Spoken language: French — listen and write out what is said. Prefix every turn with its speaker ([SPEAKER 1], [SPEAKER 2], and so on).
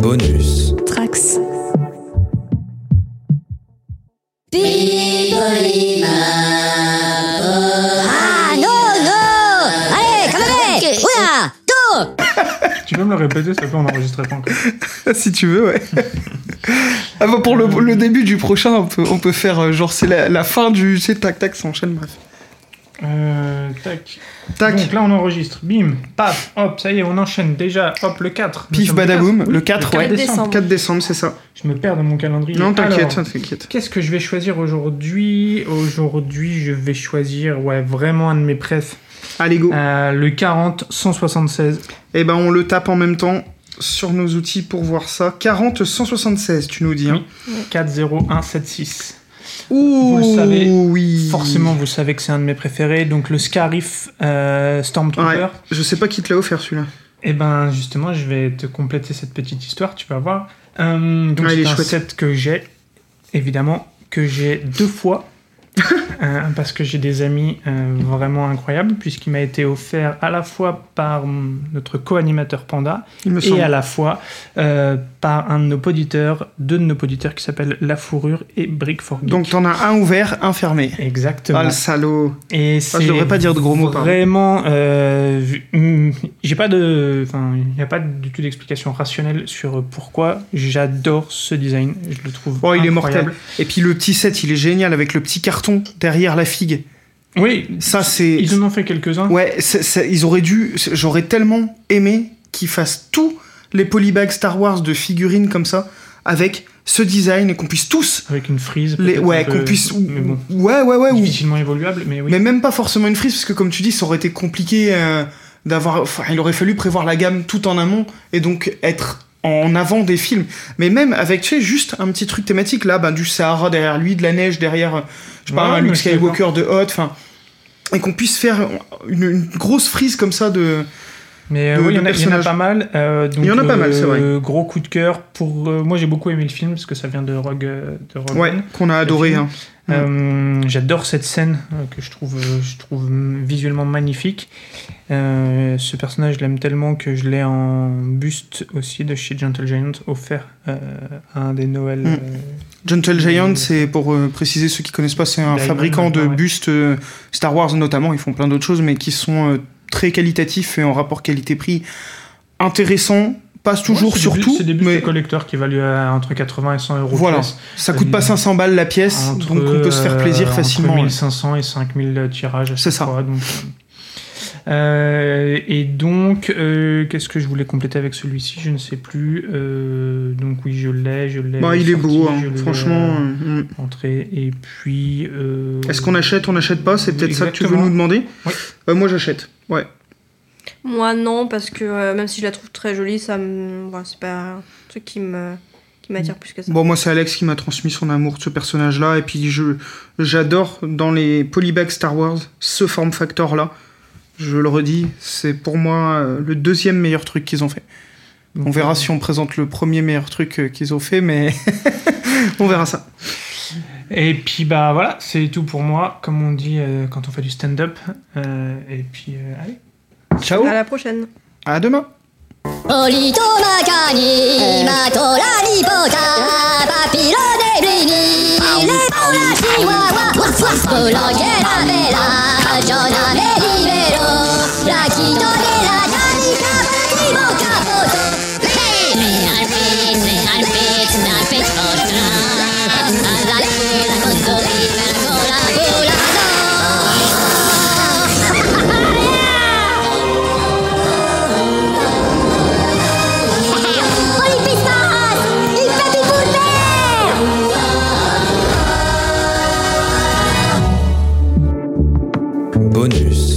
[SPEAKER 1] Bonus.
[SPEAKER 2] Trax.
[SPEAKER 3] Ah non, non Allez, camarade Oula Dos
[SPEAKER 4] Tu peux me le répéter, s'il te plaît, on n'enregistrait pas encore.
[SPEAKER 5] si tu veux, ouais. Ah bah, pour le, le début du prochain, on peut, on peut faire euh, genre c'est la, la fin du. C'est tac tac, ça enchaîne, bref.
[SPEAKER 4] Euh, tac.
[SPEAKER 5] Tac,
[SPEAKER 4] Donc là, on enregistre. Bim, paf, hop, ça y est, on enchaîne déjà. Hop, le 4. Nous
[SPEAKER 5] pif
[SPEAKER 4] sommes le
[SPEAKER 5] badaboum,
[SPEAKER 4] 4.
[SPEAKER 5] le 4, ouais.
[SPEAKER 4] Le 4 décembre.
[SPEAKER 5] 4 décembre, c'est ça.
[SPEAKER 4] Je me perds dans mon calendrier.
[SPEAKER 5] Non, t'inquiète,
[SPEAKER 4] Alors,
[SPEAKER 5] t'inquiète.
[SPEAKER 4] Qu'est-ce que je vais choisir aujourd'hui Aujourd'hui, je vais choisir, ouais, vraiment un de mes prefs.
[SPEAKER 5] Allez, go.
[SPEAKER 4] Euh, le 40 176.
[SPEAKER 5] Eh ben, on le tape en même temps sur nos outils pour voir ça. 40 176, tu nous dis. Hein.
[SPEAKER 4] 40176.
[SPEAKER 5] Ouh,
[SPEAKER 4] Vous le savez,
[SPEAKER 5] oui.
[SPEAKER 4] Forcément, vous savez que c'est un de mes préférés. Donc le Scarif euh, Stormtrooper.
[SPEAKER 5] Ouais, je sais pas qui te l'a offert celui-là.
[SPEAKER 4] Eh ben justement, je vais te compléter cette petite histoire, tu vas voir. Euh, donc
[SPEAKER 5] Ouais, il
[SPEAKER 4] c'est
[SPEAKER 5] est
[SPEAKER 4] un
[SPEAKER 5] chouette.
[SPEAKER 4] set que j'ai, évidemment, que j'ai deux fois. euh, parce que j'ai des amis euh, vraiment incroyables, puisqu'il m'a été offert à la fois par hum, notre co-animateur Panda
[SPEAKER 5] Il me
[SPEAKER 4] et à
[SPEAKER 5] semble.
[SPEAKER 4] la fois euh, par un de nos poditeurs, deux de nos poditeurs qui s'appellent La Fourrure et Brick for Geek.
[SPEAKER 5] Donc t'en as un ouvert, un fermé.
[SPEAKER 4] Exactement.
[SPEAKER 5] Ah le salaud.
[SPEAKER 4] Et
[SPEAKER 5] Ah,
[SPEAKER 4] c'est
[SPEAKER 5] je devrais pas dire de gros mots. pardon.
[SPEAKER 4] vraiment, euh, vu- hum, j'ai pas de, enfin, il n'y a pas du tout d'explication rationnelle sur pourquoi j'adore ce design. Je le trouve.
[SPEAKER 5] Oh, il est
[SPEAKER 4] incroyable.
[SPEAKER 5] mortel. Et puis le petit set, il est génial avec le petit carton derrière la figue.
[SPEAKER 4] Oui,
[SPEAKER 5] Ça, c'est.
[SPEAKER 4] ils en ont fait quelques-uns.
[SPEAKER 5] Ouais, c'est- c'est- ils auraient dû. c'est- J'aurais tellement aimé qu'ils fassent tous les polybags Star Wars de figurines comme ça, avec ce design, et qu'on puisse tous.
[SPEAKER 4] Avec une frise.
[SPEAKER 5] Les...
[SPEAKER 4] peut-être un
[SPEAKER 5] Ouais,
[SPEAKER 4] peu-
[SPEAKER 5] qu'on puisse.
[SPEAKER 4] Mais bon,
[SPEAKER 5] Ouais, ouais, ouais. ou-
[SPEAKER 4] difficilement évoluable, mais oui.
[SPEAKER 5] Mais même pas forcément une frise, parce que comme tu dis, ça aurait été compliqué euh, d'avoir. Enfin, il aurait fallu prévoir la gamme tout en amont et donc être en avant des films. Mais même avec, tu sais, juste un petit truc thématique là, ben, du Sahara derrière lui, de la neige derrière, euh, je sais pas,
[SPEAKER 4] Ouais,
[SPEAKER 5] un
[SPEAKER 4] mais
[SPEAKER 5] Luke
[SPEAKER 4] je suis d'accord.
[SPEAKER 5] Skywalker de Hot, enfin. Et qu'on puisse faire une, une grosse frise comme ça de.
[SPEAKER 4] Mais euh,
[SPEAKER 5] de-
[SPEAKER 4] oui, il y,
[SPEAKER 5] de
[SPEAKER 4] en a- il y en a
[SPEAKER 5] personnages.
[SPEAKER 4] pas mal. euh, donc,
[SPEAKER 5] Il y en a pas
[SPEAKER 4] euh,
[SPEAKER 5] mal, c'est vrai.
[SPEAKER 4] Gros coup de cœur pour. euh, moi, j'ai beaucoup aimé le film parce que ça vient de Rogue, euh, de Rogue
[SPEAKER 5] Ouais,
[SPEAKER 4] One.
[SPEAKER 5] qu'on a adoré.
[SPEAKER 4] film.
[SPEAKER 5] hein.
[SPEAKER 4] Euh, J'adore cette scène euh, que je trouve, euh, je trouve visuellement magnifique. Euh, ce personnage, je l'aime tellement que je l'ai en buste aussi de chez Gentle Giant, offert euh, à un des Noëls.
[SPEAKER 5] Mm.
[SPEAKER 4] euh,
[SPEAKER 5] Gentle Giant,
[SPEAKER 4] Euh,
[SPEAKER 5] c'est pour euh, préciser ceux qui connaissent pas, c'est un
[SPEAKER 4] Diamond,
[SPEAKER 5] fabricant de
[SPEAKER 4] ouais.
[SPEAKER 5] bustes euh, Star Wars notamment. Ils font plein d'autres choses, mais qui sont euh, très qualitatifs et en rapport qualité-prix intéressant. Passe toujours
[SPEAKER 4] ouais, c'est des bu-
[SPEAKER 5] surtout,
[SPEAKER 4] C'est des bustes
[SPEAKER 5] mais
[SPEAKER 4] de collecteur qui valent euh, entre 80 et 100 euros.
[SPEAKER 5] Voilà.
[SPEAKER 4] pièce.
[SPEAKER 5] ça coûte pas 500 balles la pièce,
[SPEAKER 4] Euh, Entre,
[SPEAKER 5] donc on peut se faire plaisir
[SPEAKER 4] euh,
[SPEAKER 5] facilement.
[SPEAKER 4] Entre
[SPEAKER 5] ouais.
[SPEAKER 4] 1500 et 5000 tirages. à
[SPEAKER 5] C'est
[SPEAKER 4] chaque
[SPEAKER 5] ça.
[SPEAKER 4] fois, donc, euh, euh, et donc, euh, qu'est-ce que je voulais compléter avec celui-ci Je ne sais plus. Euh, donc oui, je l'ai, je l'ai.
[SPEAKER 5] Bah, il est
[SPEAKER 4] sorti,
[SPEAKER 5] beau, hein,
[SPEAKER 4] je l'ai,
[SPEAKER 5] franchement.
[SPEAKER 4] euh,
[SPEAKER 5] euh, mm.
[SPEAKER 4] entrée. Et puis. euh,
[SPEAKER 5] Est-ce qu'on achète, on n'achète pas C'est peut-être ça que tu veux
[SPEAKER 4] Exactement.
[SPEAKER 5] nous demander.
[SPEAKER 4] Oui.
[SPEAKER 5] Euh, moi, j'achète. Ouais.
[SPEAKER 6] Moi non, parce que euh, même si je la trouve très jolie, ça me. voilà, c'est pas un truc qui me qui m'attire plus que ça.
[SPEAKER 5] Bon, moi, c'est Alex qui m'a transmis son amour de ce personnage-là. Et puis, je, j'adore dans les polybags Star Wars ce form factor-là. Je le redis, c'est pour moi euh, le deuxième meilleur truc qu'ils ont fait. On verra si on présente le premier meilleur truc euh, qu'ils ont fait, mais on verra ça.
[SPEAKER 4] Et puis bah voilà, c'est tout pour moi, comme on dit euh, quand on fait du stand-up. Euh, et puis euh, allez.
[SPEAKER 5] Ciao,
[SPEAKER 6] À la prochaine.
[SPEAKER 5] à demain.
[SPEAKER 3] Polito Macani, Matolani Pota, Papilo de Blini, Lepola Chihuahua, Waf Waf, Polonguera Bella, Jonah Melibero, Plaquito de la Danica, Primo Capoto, Olympistaz, il fait des boules vertes
[SPEAKER 1] Bonus.